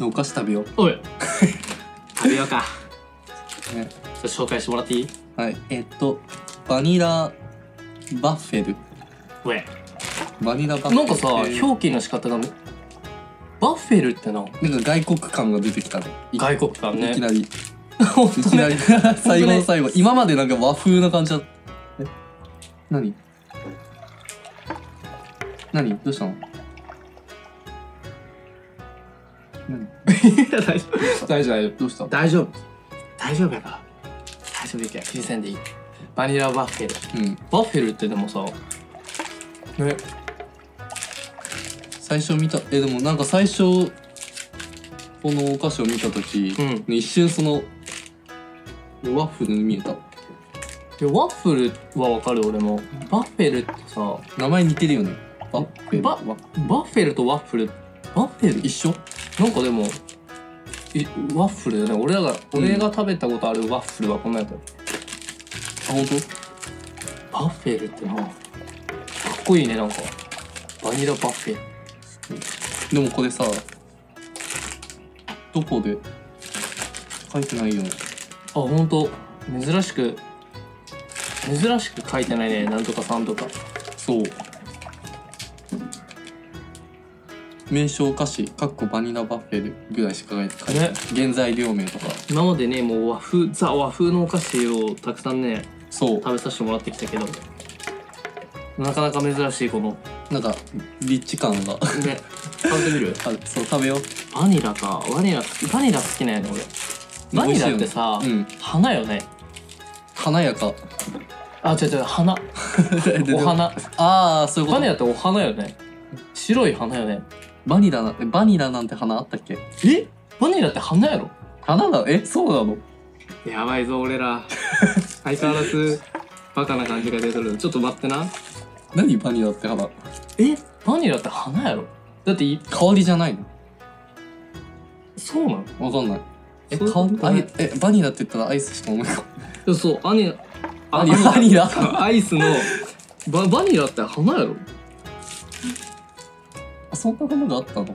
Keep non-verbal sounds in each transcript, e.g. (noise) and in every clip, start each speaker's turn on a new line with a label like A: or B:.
A: お菓子食べよ
B: おい食べようか
A: う、ね、
B: ちょっと紹介してもらっていい
A: はいえっとバニラバッフェル
B: おい
A: バニラバッフェル
B: なんかさ表記の仕方がめバッフェルってな
A: なんか外国感が出てきたねい
B: 外国感ね
A: いきなり、い
B: (laughs) 本
A: きなり最後の最後今までなんか和風な感じだえ何何どうしたの何
B: 大丈夫大丈夫
A: どうした
B: 大丈夫大丈夫やから大丈夫いけ気にせんでいいバニラバッフェル
A: うん
B: バッフェルってでもさね
A: 最初見たえでもなんか最初このお菓子を見た時、
B: うん
A: 一瞬そのワッフルに見えた
B: でワッフルはわかる俺もバッフェルってさバ
A: 名前似てるよねバッフェル
B: バ
A: ワ
B: ッフェルとワッフルバッフェル
A: 一緒
B: なんかでもえワッフルだね俺らが
A: うん
B: 俺が食べたことあるワッフルはこんなんやったよ
A: あ本当
B: バッフェルってなかっこいいねなんかバニラバッフェル
A: でもこれさどこで書いてないよね
B: あ本当珍しく珍しく書いてないねなんとかさんとか
A: そう名称お菓子かっこバニラバッフェルぐらいしか書いてない、
B: ね
A: 原材料名とか
B: 今までねもう和風ザ和風のお菓子をたくさんね
A: そう
B: 食べさせてもらってきたけどなかなか珍しいこの
A: なんかリッチ感が
B: ね食べてみる
A: (laughs) あそう食べよう
B: バニラかバニラバニラ好きなんやね俺バニラってさ、
A: 美味しいよね
B: 花よね
A: 華や (laughs) か
B: あ違う違う花お花
A: ああそういうこ
B: バ
A: と
B: ニラってお花よね白い花よね
A: バニラなえバニラなんて花あったっけ
B: えバニラって花やろ
A: 花だえそうなの
B: やばいぞ俺 (laughs) ら相変わらずバカな感じが出てるちょっと待ってな
A: 何バニラって花
B: えバニラって花やろだってい
A: 香りじゃないの
B: そうなの
A: わかんないえ
B: そういうこ
A: 香
B: と
A: りあ
B: ね
A: いえバニラって言ったらアイスしか思い浮かば
B: そうそうアニラ
A: バニラ (laughs) バニラ
B: アイスのババニラって花やろ
A: あそんな花があったの
B: は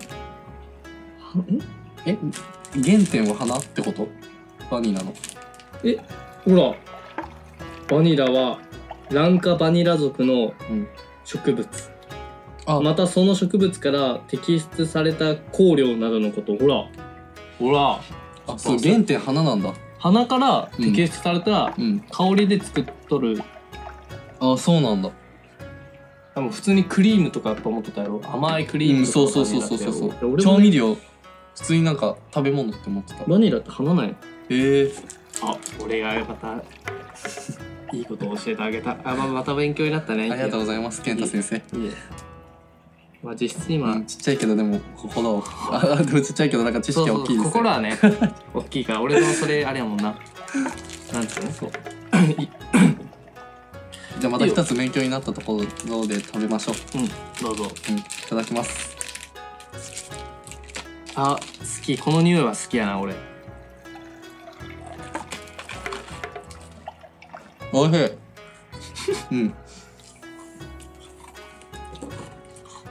A: え原点は花ってことバニラの
B: えほらバニラはランカバニラ属の
A: うん
B: 植物、
A: あ
B: またその植物から摘出された香料などのことほらほら
A: あそう原点花なんだ
B: 花から摘出された
A: うん
B: 香りで作っとる、
A: あそうなんだ
B: あの普通にクリームとかやっぱ思ってたやろ甘いクリー
A: う
B: ム
A: ん
B: とか
A: そ
B: の
A: うそうそうそうそう
B: バニラってやろ俺
A: 調
B: もね
A: 味料普通になんか食べ物って思ってた
B: バニラって花ない
A: ええ
B: あ俺がまたいいことを教えてあげたあままた勉強になったね
A: ありがとうございます健太先生
B: いいえまあ実質
A: う
B: 今、
A: んちっちゃいけどでも心
B: (laughs)
A: はあでもちっちゃいけどなんか知
B: そう
A: 識
B: そ
A: は
B: う
A: 大きいですね (laughs)
B: 心はね大きいから俺のそれあれやもんななんていうのそうい
A: じゃあまた一つ勉強になったところで食べましょう。
B: うんどうぞ
A: うん、いただきます。
B: あ好きこの匂いは好きやな俺
A: おいしい。うん、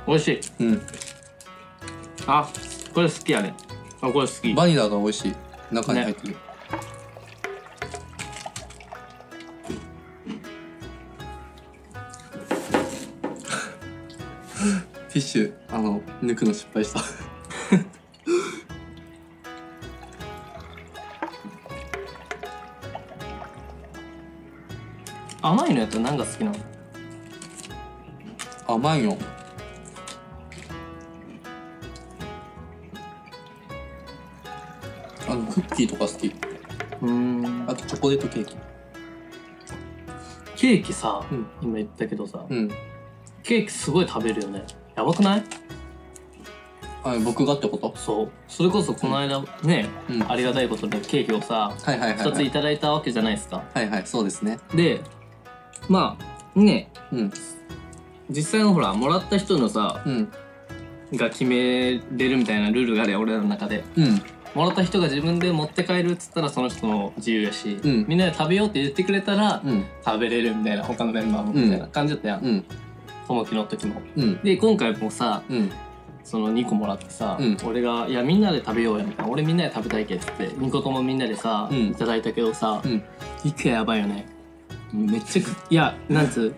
B: 美味しい
A: うん、
B: あこれ好きやねあこれ好き
A: バニラが美味しい。中に入ってる。ティッシュ、あの、抜くの失敗した。
B: 甘いのやったら何が好きなの
A: 甘いよ。あの、クッキーとか好き。
B: うーん
A: あと、チョコレートケーキ。
B: ケーキさ、
A: うん
B: 今言ったけどさ、
A: うん。
B: ケーキすごい食べるよねやばくない
A: あ僕がってこと
B: そうそれこそこの間、ね
A: うん。
B: ありがたいことにケーキをさ
A: はいはいはい、
B: 2
A: は
B: つい
A: い。
B: ただいたわけじゃないですか
A: はいはい、そうですね。
B: でまあね
A: うん。
B: 実際のほらもらった人のさ
A: うん。
B: が決めれるみたいなルールがあるよ俺らの中で
A: うん。
B: もらった人が自分で持って帰るっつったらその人の自由やし、
A: うん
B: みんなで食べようって言ってくれたら、
A: うん。
B: 食べれるみたいな他のメンバーもみたいな感じだったやん
A: うん。
B: 友樹、の時も
A: うん。
B: で今回もさ
A: うん。
B: その2個もらってさ、
A: うん
B: 俺が「いやみんなで食べようや」みたいな「俺みんなで食べたいけ」っつって2個ともみんなでさ、
A: うん
B: いただいたけどさ、
A: うん
B: いくらやばいよねめっちゃくいやなんつ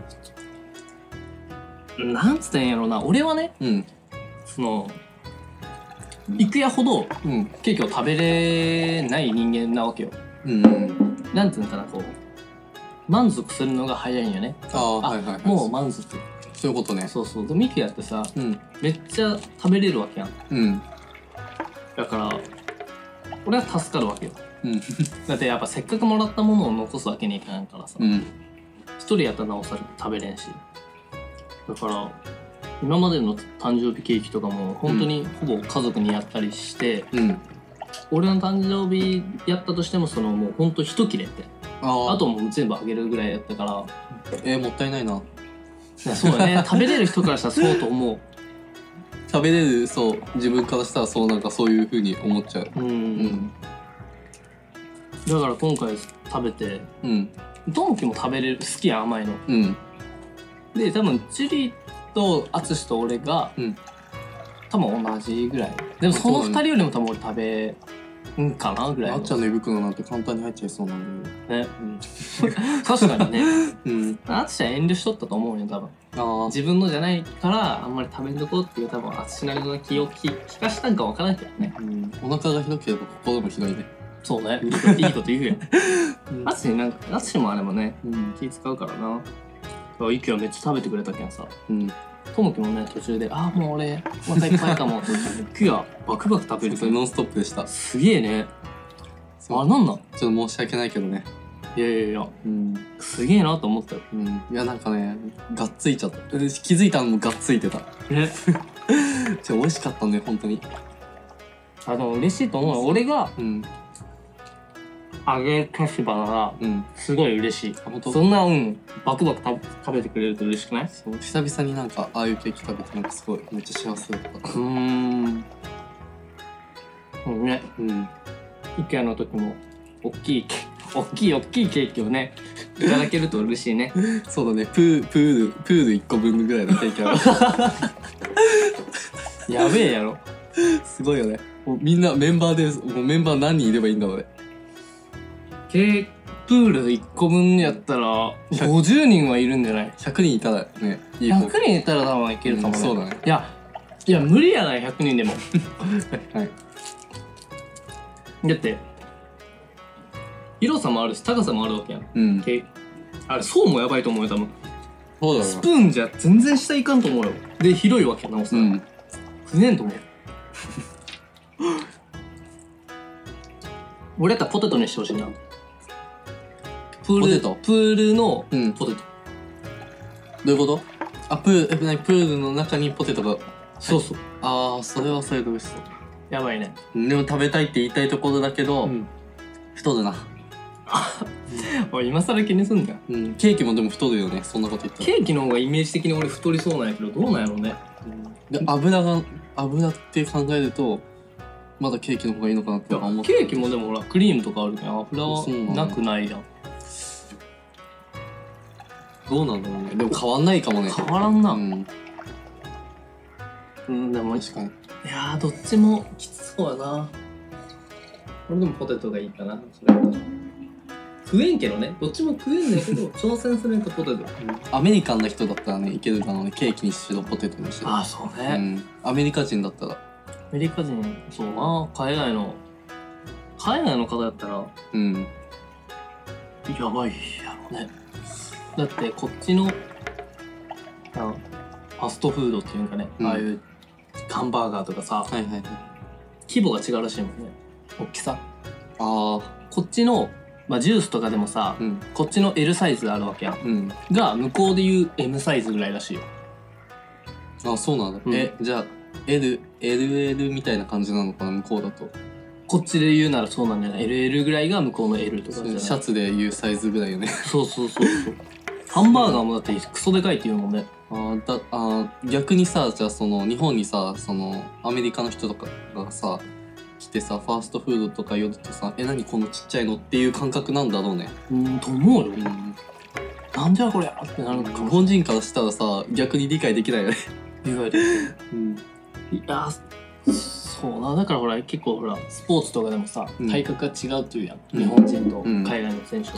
B: うなんつったらええんやろな俺はね
A: うん
B: そのいくやほど
A: うん
B: ケーキを食べれない人間なわけよ
A: うんうん
B: なんつうんかなこう満足するのが早いんよね
A: ああはいはいはい
B: もう満足
A: そういうことね
B: そうそうでミキヤってさ
A: うん
B: めっちゃ食べれるわけやん
A: うん
B: だから俺は助かるわけよ
A: うん
B: だってやっぱせっかくもらったものを残すわけにいかないからさ一、
A: うん
B: 人やったらなおさら食べれんしだから今までの誕生日ケーキとかも本当にほぼ家族にやったりして、
A: うん
B: 俺の誕生日やったとしてもそのもうほんと一切れって
A: あ
B: あ
A: あと
B: ともう全部あげるぐらいやったから
A: (laughs) えーもったいないない
B: やそうだね食べれる人からしたらそうと思
A: 食べれるそう自分からしたらそうなんかそういうふうに思っちゃ (laughs) う
B: ううん、
A: うん
B: だから今回食べて
A: うん
B: ドンキも食べれる好きやん甘いの
A: うん
B: で多分ジュリーと淳と俺が、
A: うん
B: 多分同じぐらいでもその2人よりも多分俺食べんかなぐらい
A: あ
B: の
A: っちゃんの胃袋なんて簡単に入っちゃいそうなんだけ
B: ね
A: どうん
B: 確かにね
A: うん
B: 淳は遠慮しとったと思うよ多分
A: ああ
B: 自分のじゃないからあんまり食べんとこうっていう多分淳なりの気をき聞かしたんかわからんけどね
A: うんお腹が広ければ心も広いね
B: そうねいいこと言うやん (laughs) 淳になんか淳もあれもね
A: うん
B: 気使うからなイキはめっちゃ食べてくれたけんさ
A: うん
B: ともきもね途中で「ああもう俺お腹いっぱいかも」って言ってイキ (laughs) はバクバク食べる
A: そ
B: け
A: れ
B: ど
A: ノンストップでしたち
B: すげえね
A: ょ
B: あなんなん
A: っと申し訳ないけどね
B: いやいやいや
A: うん
B: すげえなと思ったよ
A: うんいやなんかねがっついちゃった気づいたのもがっついてた
B: ね
A: じゃ美味しかったね本当に
B: あの嬉しいと思うよ俺が
A: うん
B: あげる立場なら
A: うん
B: すごい嬉しい
A: あ本当
B: そんなうんバクバク食べ食べてくれると嬉しくない
A: そう久々になんかああいうケーキ食べてなんかすごいめっちゃ幸せだった
B: うーんうんね
A: うん
B: イケアの時も大きいケ大きい大きいケーキをねいただけると嬉しい (laughs) ね
A: そうだねプープールプール1個分ぐらいのケーキあ (laughs) る
B: やべえやろ
A: すごいよねもうみんなメンバーでもうメンバー何人いればいいんだろうね
B: ケープール1個分やったら50人はいるんじゃない
A: 100人いたらねいい方
B: 100人いたら多分いけるかもね、
A: うんそうだね
B: いやいや無理やない100人でも
A: はい
B: だって広さもあるし高さもあるわけやん
A: うん
B: ケーあれ層もやばいと思うよ多分
A: そうだ
B: ス
A: よ
B: プーンじゃ全然下いかんと思うよで広いわけやなおさ
A: う
B: ら、
A: ん
B: 不
A: (laughs)
B: 然と思う俺やったらポテトにしてほしいなプール
A: ポテト
B: プールの
A: うん
B: ポテト
A: どういうことあプールえ何プールの中にポテトが
B: そうそう
A: ああそれはそれで美味しそう
B: やばいね
A: でも食べたいって言いたいところだけど、太るな、
B: おい今更気にすんじゃん
A: うん、ケーキもでも太るよねそんなこと言ったら
B: ケーキの方がイメージ的に俺太りそうなんやけどどうなんやろうね
A: で油が油って考えるとまだケーキの方がいいのかなって思って
B: ケーキもでもほらクリームとかあるけど油はなくないやん
A: どうなんだろうねでも変わんないかもね
B: 変わらんな、
A: うん
B: うん、でもい
A: 確かに
B: やーどっちもきつそうやな俺でもポテトがいいかなそれは食えんけどねどっちも食えんね
A: (laughs)
B: んけど挑戦するんとポテト
A: アメリカンな人だったらねいけるだろうねケーキにしろポテトにしろ
B: あそう
A: う
B: ね、
A: んアメリカ人だったら
B: アメリカ人そうな海外の海外の方やったら
A: うん
B: やばいやろねだってこっちのあファストフードっていうかね、
A: うん
B: ああいうハンバーガーとかさ
A: はいはいはい
B: 規模が違うらしいもんね大きさ
A: ああ
B: こっちの、まあ、ジュースとかでもさ、
A: うん
B: こっちの L サイズあるわけやん
A: うん
B: が向こうで言う M サイズぐらいらしいよ
A: あそうなんだ、
B: うん
A: えじゃあ LLL みたいな感じなのかな向こうだと
B: こっちで言うならそうなんじゃない LL ぐらいが向こうの L とかじゃない
A: シャツでいうサイズぐらいよね
B: そうそうそうそうハンバーガーもだってクソでかいって言うもんね
A: あーだあー逆にさじゃあその日本にさそのアメリカの人とかがさ来てさファーストフードとか寄るとさ「え何このちっちゃいの?」っていう感覚なんだろうね、
B: うんと思うよ
A: うん、
B: なんじゃこりゃってなるの
A: 日
B: か
A: (laughs)
B: も
A: 本人からしたらさ逆に理解できないよね、
B: 意外と
A: うん、
B: いやそうなだからほら結構ほらスポーツとかでもさ、
A: うん
B: 体格が違うというやん、
A: うん
B: 日本人と
A: うん
B: 海外の選手は、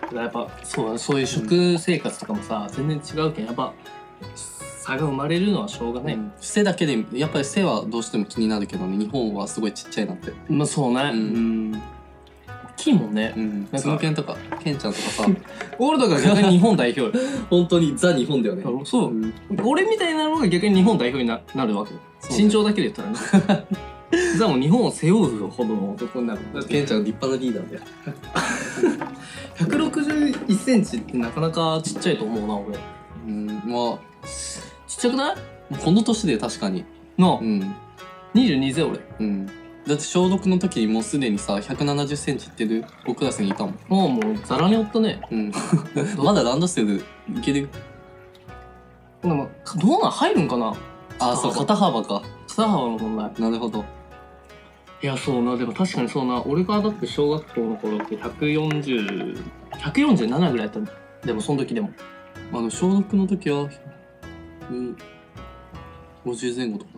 B: だからやっぱそうそういう食生活とかもさ全然違うけんやっぱ差が生まれるのはしょうがない、
A: うん背だけでやっぱり背はどうしても気になるけどね日本はすごいちっちゃいなって、
B: まあそうね、
A: う
B: うん大きいもんね、
A: うん、
B: なんか
A: つむけんとかケンちゃんとかさ (laughs)
B: オールドが逆に日本代表よ (laughs)
A: 本当にザ日本だよね
B: そう、
A: うん
B: 俺みたいなのが逆に日本代表にななるわけよ
A: そう
B: 身長だけで言ったらね
A: (laughs)
B: じゃあもう日本を背負うほどの男になる
C: だって
A: ケンちゃん立派なリーダーだよ
B: 161センチってなかなかちっちゃいと思うな俺
A: うんま
B: ちっちゃくない
A: あこの年で確かに
B: の
A: うん
B: 22ぜ俺
A: うんだって小6の時にもうすでにさ1 7 0ンチいってる5クラスにいたもん、
B: もうもうザラにおったね
A: うん、 (laughs) まだランドセルいける
B: でもどうなん入るんかな
A: あそう肩
B: 肩
A: 幅か
B: 肩幅の問題
A: なるほど
B: いやそうなでも確かにそうな俺がだって小学校の頃って140147ぐらいやったんだでもその時でも
A: あの小6の時は、うん、50前後とか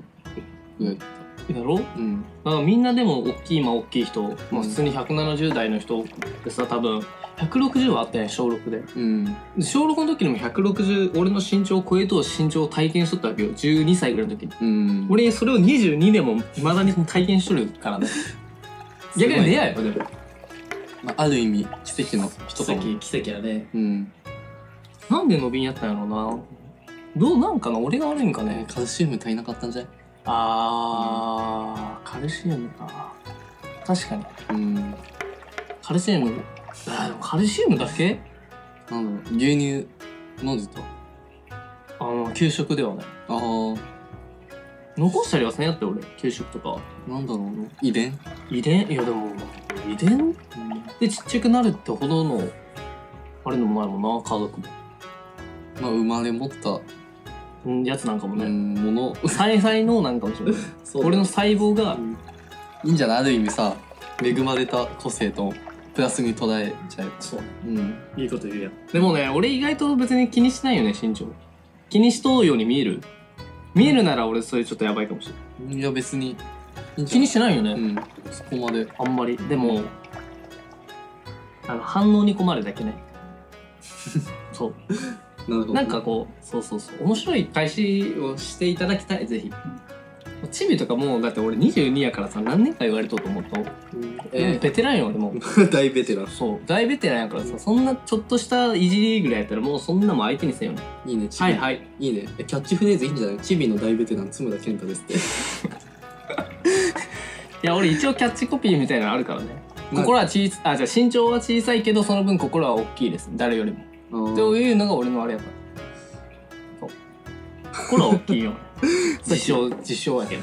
A: ぐらいだっ
B: やろ
A: たうん
B: だからみんなでも大きい今大きい人、まあ、普通に170代の人でさ多分160はあったやん小6で
A: うん
B: で小6の時にも160俺の身長を超えとう身長を体験しとったわけよ12歳ぐらいの時に
A: うん
B: 俺それを22でもいまだに体験しとるか
C: (laughs)
B: らね
A: ごい
B: 逆に出会えよでも
A: まあ、ある意味奇跡の人
C: 奇
A: かも
C: 跡奇跡だね
A: うん、
B: なんで伸びんやったんやろうなどうなんかな俺が悪いんか
A: ね
B: ね、
A: カルシウム足りなかったんじゃない
B: あーカルシウムか確かに
A: うんなん
B: カルシウムあーでもカルシウムだけ
A: だろう牛乳飲んでた
B: あの給食ではね
A: あー
B: 残したりはせんやって俺給食とかは
A: なんだろうな遺伝
B: 遺伝いやでも遺伝でちっちゃくなるってほどのあれでもないもんな家族も
A: まあ生まれ持った、
B: うんやつなんかも
A: う
B: ね、
A: ん、もの
B: 再々のなんかもしれない
C: そう
B: 俺の細胞が
A: いいんじゃないある意味さ恵まれた個性とプラスに捉えちゃう
C: そう
A: うん
C: いいこと言うやん
B: でもね俺意外と別に気にしないよね身長気にしとうように見える見えるなら俺それちょっとやばいかもしれない
A: いや別にいいんじゃな
B: 気に
A: い
B: してないよね、
A: うんそこまで
B: あんまりでもあの反応に困るだけねそう
A: なるほ
B: なんかこうそうそうそう面白い返しをしていただきたいぜひチビとかもうだって俺22やからさ何年か言われとうと思うと、
A: え
B: ベテランよ俺も
A: (laughs)
C: 大ベテラン
B: そう大ベテランやからさそんなちょっとしたいじりぐらいやったらもうそんなもん相手にせんよね
A: いいねチビ、
B: はいはい
A: いいねえキャッチフレーズいいんじゃないチビの大ベテラン角田健太
B: (laughs)
A: ですって
B: いや俺一応キャッチコピーみたいなのあるからね
A: はい
B: 心は小さあじゃあ身長は小さいけどその分心は大きいです誰よりも
A: あー
B: というのが俺のあれやからそう心は大きい (laughs) よ自称自称やけど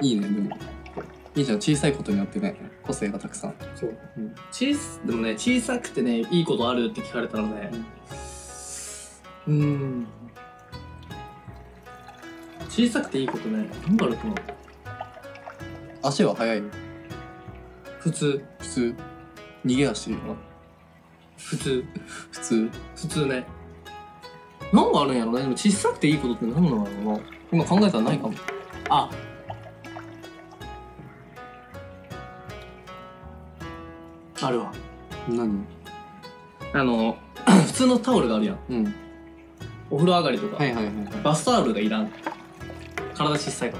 A: いいねでもいいじゃん小さいことによってね個性がたくさん
C: そう、うん、小さでもね小さくてねいいことあるって聞かれたらねうーん小さくていいことね何だろうかな
A: 足は速いよ
C: 普通
A: 普通逃げ足は
C: 普通
A: 普通
C: 普通ね
B: なんかあるんやろね。でも小さくていいことって何なんだろうな。今考えたらないかも。あ。あるわ。
A: 何
B: あの、 (coughs) 普通のタオルがあるやん。
A: うん
B: お風呂上がりとか。
A: はいはいはいはい
C: バスタオルがいらん
B: 体小さいか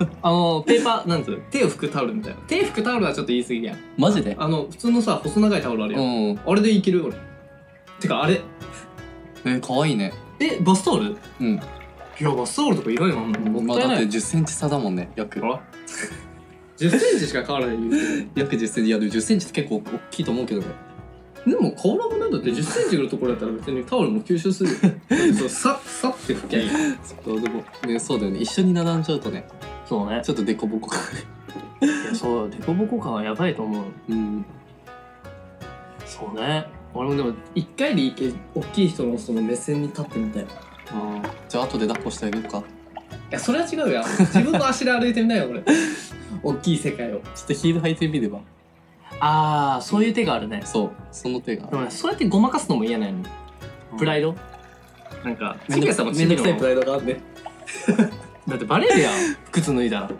B: ら。 (laughs) あの、ペーパー、なんつう手を拭くタオルみたいな。手拭くタオルはちょっと言い過ぎやん。
A: マジで
C: あの普通のさ細長いタオルある
A: う
C: やん、
A: ん
C: あれでいける俺てかあれ
A: え可愛いね
B: え、バスタオルい
A: うん
B: や、バスタオルとかいらんよ、あんなの。
A: ま
B: も
A: あ
B: ったい
A: だっ
B: な
A: て
B: い。
A: 10センチ差だもんね約
B: あ
C: 10センチしか変わらない言う
A: 約10センチいやでも10センチって結構大きいと思うけどね
C: てでも変わらなくないだって10センチぐらいのところやったら別にタオルも吸収するよだって (laughs) そうささって拭きゃいい
A: そっかでもねそうだよね一緒に並んじゃうとね
B: そうね。
A: ちょっとデコボコが
B: いやそう、デコボコ感はやばいと思う。
A: うん
B: そうね。俺もでも、
C: 一回でいけ大きい人のその目線に立ってみたいない
A: あーじゃあ後で抱っこしてあげるか
C: やそれは違うやん自分の足で歩いてみなよ俺 (laughs) 大きい世界を
A: ちょっとヒール履いてみれば
B: あー、そういう手があるね。
A: そうその手が
B: でもね、そうやってごまかすのも嫌なの。プライ
A: イ
B: ドなんか、
A: めんどくさい
B: チビの
C: イドがあんね
B: だってバレるやん靴脱いだら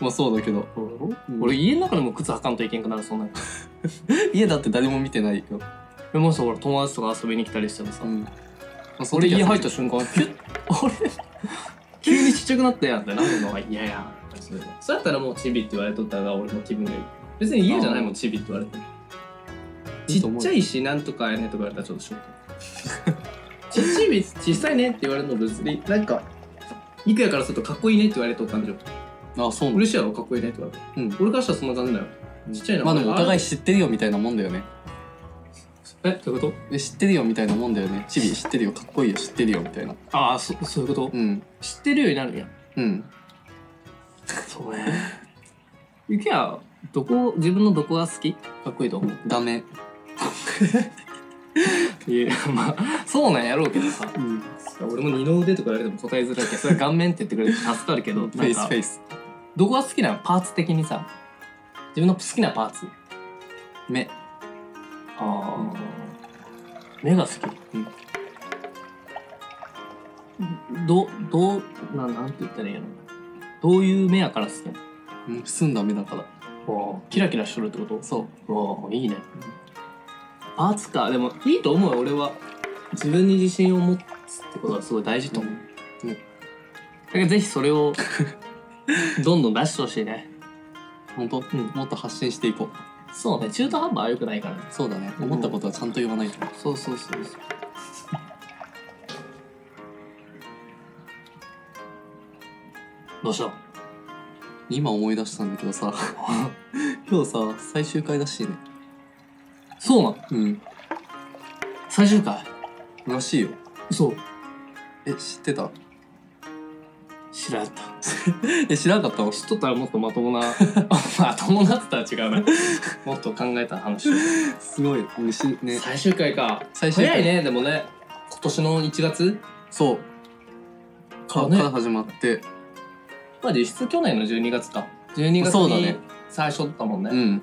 A: まあそうだけど
B: 俺家の中でも靴履かんといけんくなるそんなん
A: 家だって誰も見てないよ、
B: でもさ俺友達とか遊びに来たりしてもさ、
A: うんまあ、その
B: 俺
A: 時は
B: 家入った瞬間キュッあれ急にちっちゃくなったやんってなるのが嫌やん
C: そうやったらもうチビって言われとったが俺も気分がいい別に嫌じゃないもんチビって言われてもちっちゃいしなんとかやねとか言われたらちょっとショッ (laughs) クちチビ小さいねって言われるの別になんかいくやからするとかっこいいねって言われと感情
A: あそうなんだ
C: 嬉しいやろかっこいいねって言われ
A: うん
C: る俺からしたらそんな感じだよちっちゃいな
A: まあでもお互い知ってるよみたいなもんだよね
B: えどういうこ
A: で知ってるよみたいなもんだよねチビ知ってるよかっこいいよ知ってるよみたいな
B: とああそそういうこと、
A: うん
B: 知ってるようになるんやん
A: うん
B: そうねゆきやどこ自分のどこが好きかっこいいと思う
A: ダメ
B: いやまあそうなんやろうけどさ
A: うん
C: 俺も二の腕とか言われても
B: 答えづらいけどそれ顔面って言ってくれると助かる (laughs) けど
A: フェイスフェ
B: イ
A: イス
B: どこが好きなのパーツ的にさ自分の好きなパーツ
A: 目
B: ああ、目が好き。ど、どう、なん、なんて言ったらいいのどういう目やから好きな
A: うん澄んだ目だから
B: のキラキラしとるってこと
A: そう
B: おいいね。パーツか。でも、いいと思うよ、俺は。自分に自信を持つってことはすごい大事と思う。
A: うんうん
B: だからぜひそれを、どんどん出してほしいね。
A: 本当、
B: ん
A: もっと発信していこう
B: そうね、中途半端は良くないからね。
A: そうだね
B: うん
A: 思ったことはちゃんと言わないと、
B: そうそうそうそう。どうした (laughs)
A: 今思い出したんだけどさ (laughs) 今日さ最終回らしいね
B: そうなの
A: うん
B: 最終回
A: らしいよ
B: そう
A: え知ってた
B: 知らんかっ
A: え知らなかったの
B: た知っとったらもっとまと (laughs) もなまともなってたら違う (laughs) なもっと考えた話、
A: すごい嬉しいね
C: 最終回か
A: 最終回
C: 早いねでもね今年の1月
A: そうか,、
B: そうね
A: から始まって
C: まあ実質去年の12月か12月
A: そうだね
C: に最初だったもんね
A: うん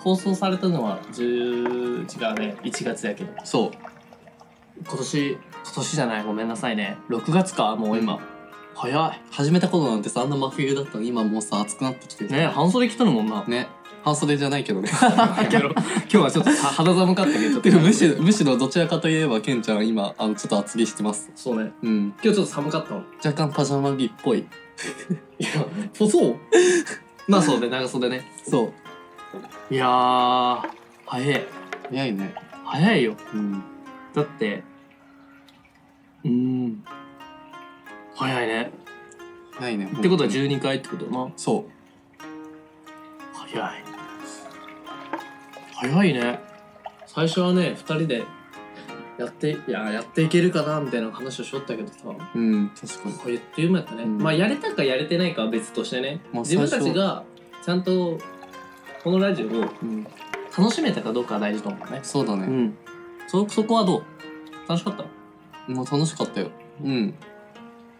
C: 放送されたのは10違うね1月やけど
A: そう
B: 今年今年じゃないごめんなさいね6月かもう今、
A: うん
B: 早い
A: 始めた頃なんてさあんな真冬だったのに今もうさ暑くなってきてる
B: ね半袖着とるもんな
A: ね半袖じゃないけどね (laughs)
B: けど今日はちょっとさ肌寒かったけど
A: でもむしろむしろどちらかといえばケンちゃん今あのちょっと厚着してます
C: そうね
A: うん
C: 今日ちょっと寒かったもん
A: 若干パジャマ着っぽい
B: いや
C: そう
A: (laughs)
B: まあそうね長袖ね
A: そう
B: いやー早い
A: 早いね
B: 早いよ
A: うん
B: だってうーん早いね
A: 早いね
B: ってこと
A: 本
B: は
A: 当に
B: 12回ってことだな
A: そう
B: 早い早いね
C: 最初はね2人でやっていややっていけるかなみたいな話をしよったけどさ
A: うん確かに
C: こういうっていうもやったね、
A: うん
C: まあやれたかやれてないかは別としてね、
A: まあ
C: 自分たちがちゃんとこのラジオを
A: うん
B: 楽しめたかどうかは大事と思うね
A: そうだ
B: う
A: ね、
B: んそそこはどう楽しかった
A: もう楽しかったようん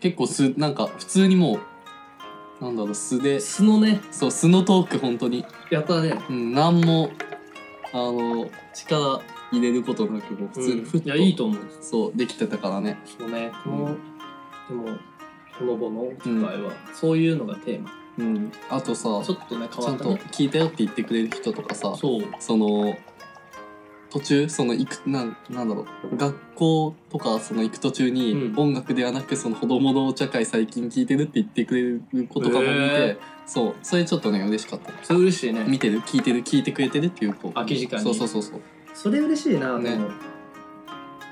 A: 結構すなんか普通にもうなんだろう素で
C: 素のね
A: そう素のトーク本当に
C: やったね
A: うんなんもあの力入れることなくもう普通に
C: うん
A: ふっ
C: い
A: と、
C: やいいと思う
A: そうできてたからね
C: そうねこ
A: う
C: の、でもほのぼの場合は、そういうのがテーマ
A: うんあとさ
C: ちょっとね変
A: ちゃ
C: わ
A: ん
C: った
A: と
C: ね
A: 聞いたよって言ってくれる人とかさ
C: そう
A: その途中その行くなんなんだろう学校とかその行く途中に、
C: うん
A: 音楽ではなくその子供のお茶会最近聞いてるって言ってくれる子とかも見て、
C: へ
A: そうそれちょっとね嬉しかった
C: それ嬉しいね
A: 見てる聞いてる聞いてくれてるっていう子
C: 空き時間に
A: そうそうそうそう
C: それ嬉しいな、
A: ね
C: でも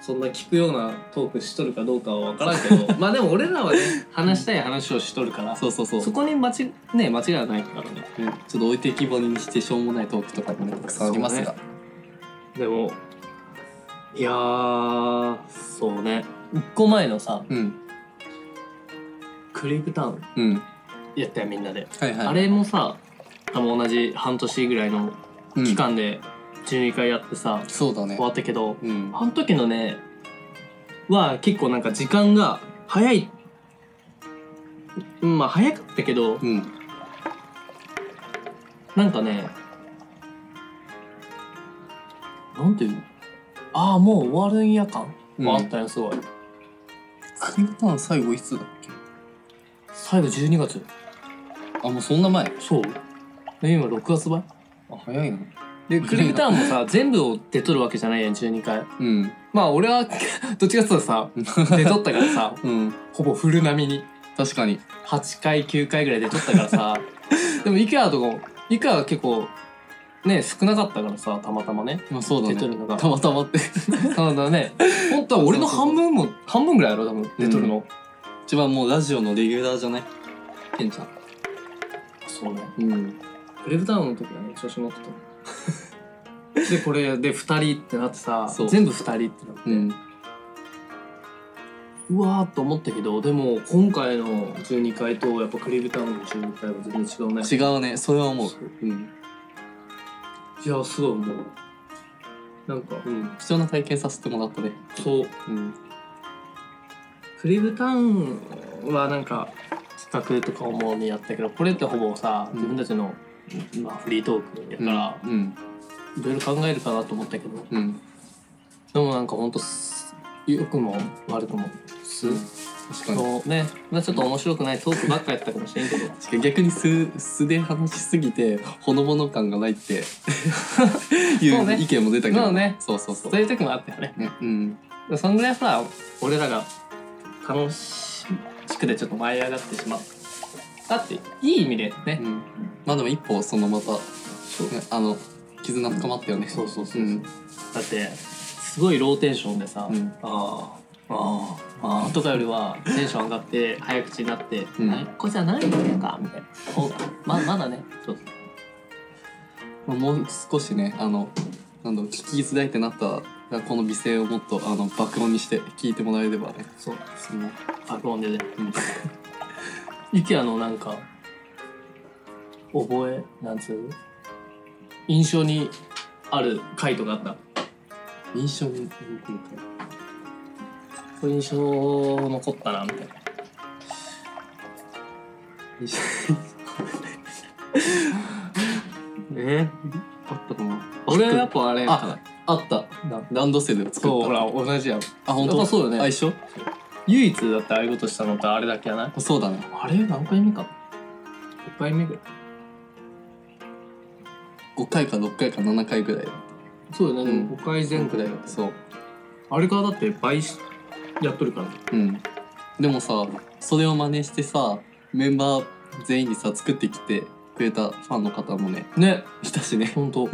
C: そんな聞くようなトークしとるかどうかは分からんけどまあでも俺らはね
B: 話したい話をしとるから
A: そうそうそう
B: そこに間違ね間違いはないからね
A: ねちょっと置いてきぼりにしてしょうもないトークとかもねたくさんありますが、
B: でもいやーそうね1個前のさ
A: うん
B: クリープタウン
A: うん
B: やったよみんなで
A: はいはい
B: あれもさ多分同じ半年ぐらいの
A: うん
B: 期間で12回やってさ、
A: そうだね
B: 終わったけど
A: うん
B: あの時のねは結構なんか時間が早いうんまあ早かったけど
A: うん
B: なんかねなんていうのああもう終わるんや感
A: うん
B: はあったよすごい、
A: クリームパン最後いつだっけ
B: 最後12月
A: あもうそんな前
B: そうで今6月ば
A: あ早いな
B: でクリームターンも (laughs) さ全部を出とるわけじゃないやん12回
A: うん
B: まあ俺は (laughs) どっちかっつったらさ出とったから (laughs) さ
A: うん
B: ほぼフル並みに
A: 確かに
B: 8回9回ぐらい出とったから (laughs) さでも IKEA とかも IKEA は結構ね少なかったからさたまたまね
A: まあそうだ
B: 出と
A: ね
B: るのが
A: たまたまって
B: (laughs) たまたまね本当は俺の半分も半分ぐらいやろ多分出とるの、
A: 一番もうラジオのレギュラーじゃないケンちゃん
B: そうね
A: うん
C: クレームタウンの時はね調子乗ってた
B: (laughs) でこれで2人ってなってさ
A: そう
B: 全部2人ってなって、
A: うん
B: うわーっと思ったけどでも今回の12回とやっぱクリームタウンの12回は全然違うね
A: 違うねそれは思ううん
B: いやすごい思う
C: なんか
B: うん
A: 貴重な体験させてもらったね
B: そう
A: うん
C: クレームタウンはなんか
B: 企画とか思うにやったけどこれってほぼさ
A: うん
B: 自分たちの、まあ、フリートークやから、
A: うん
B: いろいろ考えるかなと思ったけど
A: うん
B: でもなんかほんとす良くも悪くもす
A: 確かに
B: そうねまあちょっと面白くないトークばっかやったかもしれんけど
A: 確かに逆に素素で話しすぎてほのぼの感がないって (laughs) い
B: そう
A: う
B: ね
A: 意見も出たけど
B: そうね
A: そうそうそう
B: そういう時もあったよね
A: ねうん
B: そんぐらいさ俺らが楽しくでちょっと舞い上がってしまったっていい意味で
A: う
B: ね、
A: んまあでも一歩そのまたねあの絆深まったよね
B: そうそうそうそう、
A: ん
B: だってすごいローテンションでさ、
A: うん
B: あああああーとかよりはテンション上がって早口になって「
A: うん
B: あこじゃないんだよか」みたいな「そうだままだね」そうそう
A: まあもう少しねあのなんだろう聞きづらいってなったらこの美声をもっとあの爆音にして聞いてもらえればね
B: そう
A: その
B: 爆音でね
A: うん
B: IKEA のなんか覚えなんつう印象にある回とかあった
A: 印象に
B: これ印象残ったなみたいな
A: 印象
B: (laughs) え
A: あったかな
B: 俺はやっぱあれかな
A: ああったランドセル作った
B: そうほら同じやん
A: あ本当
B: やっぱそうだね
A: あ一緒
B: 唯一だってああいうことしたのってあれだけやない
A: そうだね
B: あれ何回目か1回目ぐらい
A: 5回か6回か7回ぐらい
B: そうだね、
A: うん
B: 5回前くらいだ
A: そう
B: あれからだって倍しやっとるから
A: うんでもさそれを真似してさメンバー全員にさ作ってきてくれたファンの方もね
B: ね
A: いたしね
B: 本当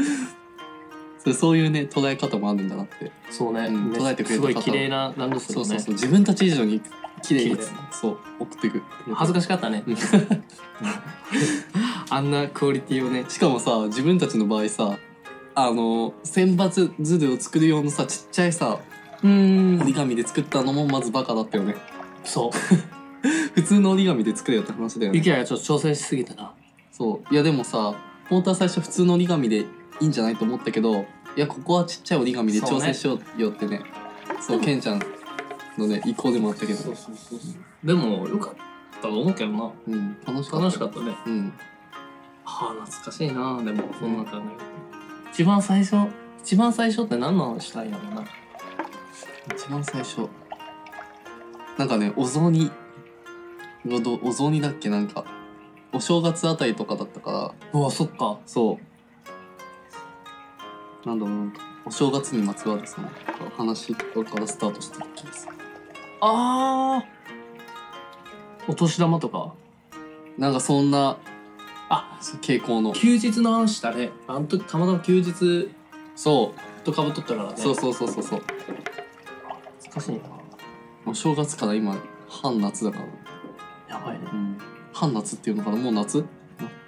A: それそういうね捉え方もあるんだなって
B: そうね,、
A: うん捉えてくれた方
B: すごい綺麗なランドセル
A: そ
B: を
A: うそ
B: ね
A: うそう自分たち以上に綺麗に
B: 綺麗
A: そう送ってく
B: 恥ずかしかったね
A: うん
B: あんなクオリティをね
A: しかもさ自分たちの場合さあの選抜ズルを作る用のさちっちゃいさ
B: うん
A: 折り紙で作ったのもまずバカだったよね
B: そう
A: 普通の折り紙で作れよって話だよね
B: IKEA がちょっと挑戦しすぎたな
A: そういやでもさ本当は最初普通の折り紙でいいんじゃないと思ったけどいやここはちっちゃい折り紙で
B: そう
A: 調
B: ね
A: 整しようよってねそうケンちゃんのね意向でもあったけど、
B: そうそうそうでもよかったと思うけどな
A: うん、楽しかった
B: 楽しかったね
A: たうん
B: はあ懐かしいなでもそんな感じ、一番最初一番最初って何の話したいんやろうな
A: 一番最初なんかねお雑煮のどお雑煮だっけなんかお正月あたりとかだったから
B: うわそっか
A: そうなんだろうなんかお正月にまつわるその話とかからスタートしてる気がする
B: ああお年玉とか
A: なんかそんな
B: あ
A: そう傾向の
C: 休日の話だねあの時たまたま休日
A: そ
C: とかぶっとったからね
A: うそうそうそうそうそう
B: 懐かしいな
A: お正月から今半夏だから、
B: やばいね
A: うん、半夏っていうのかなもう夏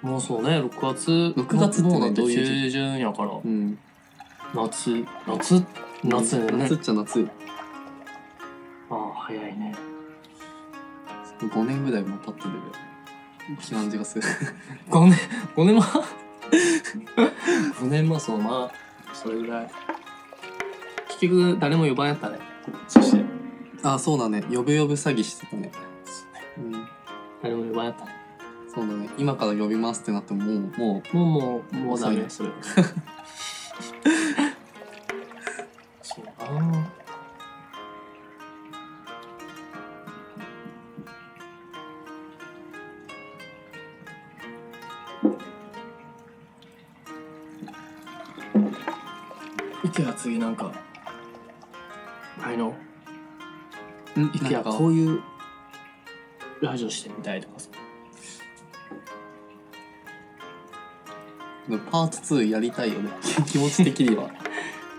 B: もうそうね6月
A: 6月ってね
B: もうだって
A: どういう時
B: 中旬やから
A: うん
B: 夏夏夏やね、
A: 夏っちゃ夏
B: ああ早いね
A: 5年ぐらいも経ってるよ感じがする
B: 5年5年前5年前そうなそれぐらい結局誰も呼ばんやったねそして
A: あそうだね呼ぶ呼ぶ詐欺してたねうん
B: 誰も呼ばんやったね
A: そうだね今から呼びますってなってももうも
B: もうもうもうダメそれそうな池は次なんか I know
A: ん
B: 池
A: なん
B: は
A: か
B: こういうラジオしてみたいとかさ
A: パート2やりたいよね (laughs) 気持ち的には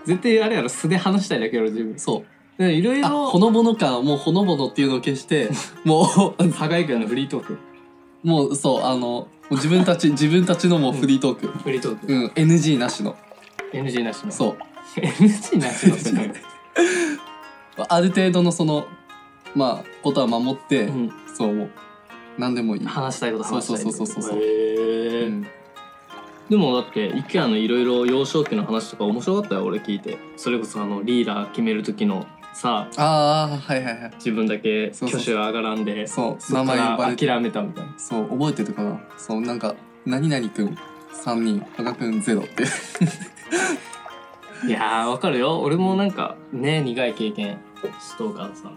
B: 絶対あれやろ素で話したいだけやろ自分
A: そう
B: いろい
A: あ
B: ろ
A: ほのぼの感もうほのぼのっていうのを消して
B: (laughs)
A: も
B: 歯がゆくのフリートーク
A: う (laughs) もうそうあのもう自分たち自分たちのもうフリートーク
B: フリートーク、
A: うん NG なしの
B: NG なしの (laughs)
A: そう
B: NG なしの世 (laughs) 界
A: ある程度のそのまあことは守って、
B: うん
A: そうもう何でもいい、
B: 話したいこと話したい
A: そうそうそうそうそう
B: へ
A: う
B: え
A: ん
B: でもだって IKEA のいろいろ幼少期の話とか面白かったよ俺聞いてそれこそあのリーダー決める時のさ
A: ああはいはいはい
B: 自分だけ
A: そうそう
B: 挙手が上がらんで
A: そう
B: そ
A: 名
B: っか
A: 前呼ば
B: ら
A: れて
B: 諦めたみたいな
A: そう覚えてるかなそうなんか何々くん3人加賀くんゼロって (laughs)
B: いやーわかるよ俺もなんかね苦い経験ストーカーのさ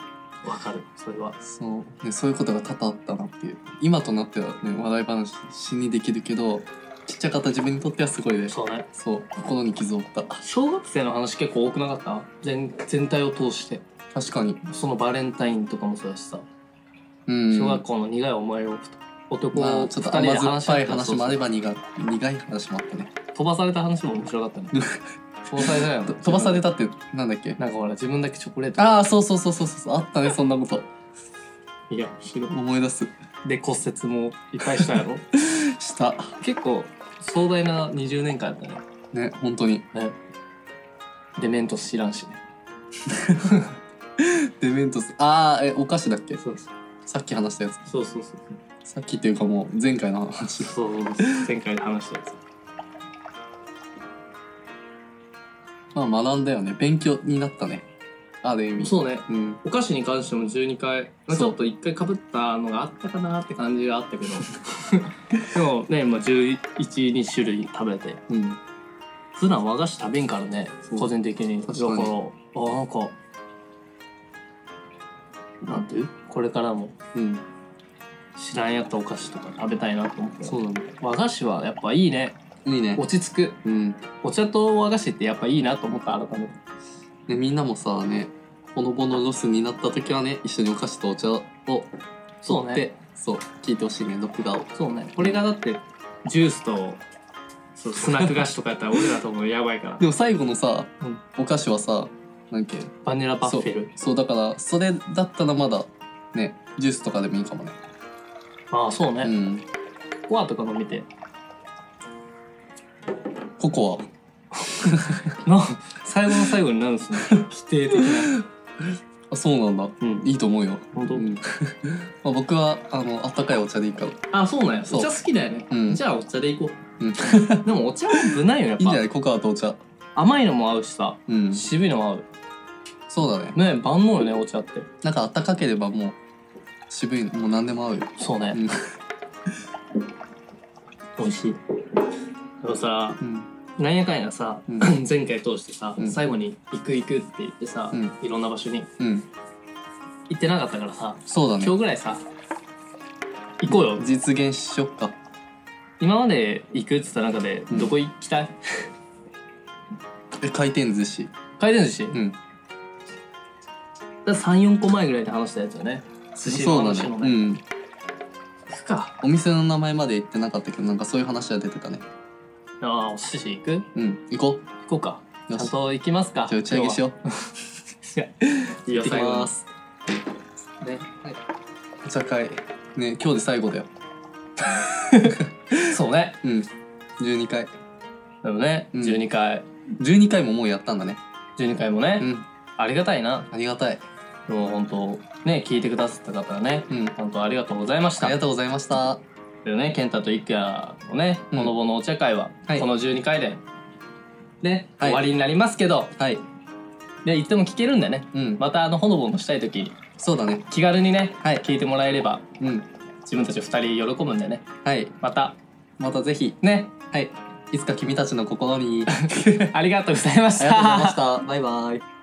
B: わかるそれは
A: そう、ね、そういうことが多々あったなっていう今となってはね笑い話死にできるけどちっちゃかった自分にとってはすごいね
B: そうね
A: そう心に傷を負った
B: 小学生の話結構多くなかった全全体を通して
A: 確かに
B: そのバレンタインとかもそうだしさ
A: うん
B: 小学校の苦い思いを男
A: まあ
B: を
A: ちょっと
B: 二
A: 甘
B: 人で
A: 酸っ
B: 話し
A: ぱ
B: 合
A: い
B: った
A: 話もあれば苦い苦い話もあったね
B: 飛ばされた話も面白かったね飛ばされたよ
A: と飛ばされたってなんだっけ
B: なんかほら自分だけチョコレート
A: ああそうそうそうそうそうあったねそんなこと
B: いやひどい
A: 思い出す
B: で骨折もいっぱいしたや
A: (laughs)
B: ろ
A: した
B: 結構壮大な20年間だったね
A: ね本当に
B: でメントス知らんしね
A: デメントスああえお菓子だっけ
B: そうそう
A: さっき話したやつ
B: そうそうそう
A: さっきっていうかもう前回の話
B: そう前回で話したやつ
A: まあ学んだよね勉強になったねある意味
C: そうね
A: うん
C: お菓子に関しても12回、まあ、ちょっと1回かぶったのがあったかなって感じがあ
B: (laughs)
C: ったけど
B: でもね、まあ、112種類食べて
A: うん
B: 普段和菓子食べんからね
A: そう
B: 個人的にだか
A: 確
B: ら
A: かに
B: あなんかなんていうこれからも
A: うん
B: 知らんやったお菓子とか食べたいなと思って
A: そうなんだ
B: 和菓子はやっぱいいね
A: いいね
B: 落ち着く
A: うん
B: お茶と和菓子ってやっぱいいなと思った改めて
A: ねみんなもさねほのぼのロスになった時はね一緒にお菓子とお茶を取って
B: そうね
A: そう聞いてほしいね録画を
B: そうねこれがだってジュースとそうスナック菓子とかやったら俺らともやばいから
A: でも最後のさ、
B: うん
A: お菓子はさなんだっけ
B: バニラパッフェル
A: そうだからそれだったらまだねジュースとかでもいいかもね
B: ああそうね、
A: うん
B: コアとかも見て
A: ココ
B: な最後の最後になるんですね (laughs) 否定的な
A: アあそうなんだ
B: うん
A: いいと思うよ、
B: 本当、 (laughs)
A: うんまあ、僕はあのあったかいお茶でいいから
C: あそうなんや
A: そう
C: お茶好きだよね、
A: うん
C: じゃあお茶でいこう、
A: うん
B: (laughs)
C: でもお茶は
B: 無難よやっ
A: いいんじゃ
B: ぱ
A: ないココアとお茶
B: 甘いのも合うしさ
A: うん
B: 渋いのも合う
A: そうだね
B: ね万能よねお茶って
A: なんかあったかければもう渋いのもう何でも合うよ
B: そうね、
A: うん
B: 美味しいでもさ
A: うん
B: なんやかんやさ、
A: うん
B: (coughs) 前回通してさ、
A: うん
B: 最後に「行く行く」って言ってさ、
A: うん
B: いろんな場所に
A: うん
B: 行ってなかったからさ
A: そうだね
B: 今日ぐらいさ行こうよ
A: 実現しよっか
B: 今まで行くって言った中で、
A: ん
B: どこ行きたい
A: え回転寿司
B: 回転寿司、
A: うん
B: 34個前ぐらいで話したやつよね寿司の
A: そう
B: 話
A: だ
B: の
A: ね
B: ね
A: うん
B: 行くか
A: お店の名前まで言ってなかったけどなんかそういう話は出てたね
B: ああお寿司行く
A: うん行こ
B: 行こうか
A: う
B: ちゃ
A: よ
B: ん
A: し
B: と行きますか
A: じゃあ打ち上げしよう
B: う行ってきま
A: ます
C: ね、
A: お茶会ね今日で最後だよ
B: そうね
A: うん12回
B: でもね、
A: うん
B: 12回
A: 12回ももうやったんだね
B: 12回もね、
A: うん
B: ありがたいな
A: ありがたい
B: もう本当ね聞いてくださった方はね
A: うん
B: 本当ありがとうございまし
A: あ
B: た
A: りがとうございました
B: でね健太と一家のね
A: うん
B: ほのぼのお茶会は、
A: はい
B: この12回でね、
A: はい
B: 終わりになりますけど
A: はい
B: でいつでも聞けるんでね
A: うん
B: またあのほのぼのしたい時
A: そうだね
B: 気軽にね、
A: はい
B: 聞いてもらえれば
A: うん
B: 自分たち2人喜ぶんでね
A: はい
B: また
A: またぜひ
B: ね
A: はいいつか君たちの心にあり
B: ありがとうございまし
A: がとうございま
B: た
A: し。たバイバイ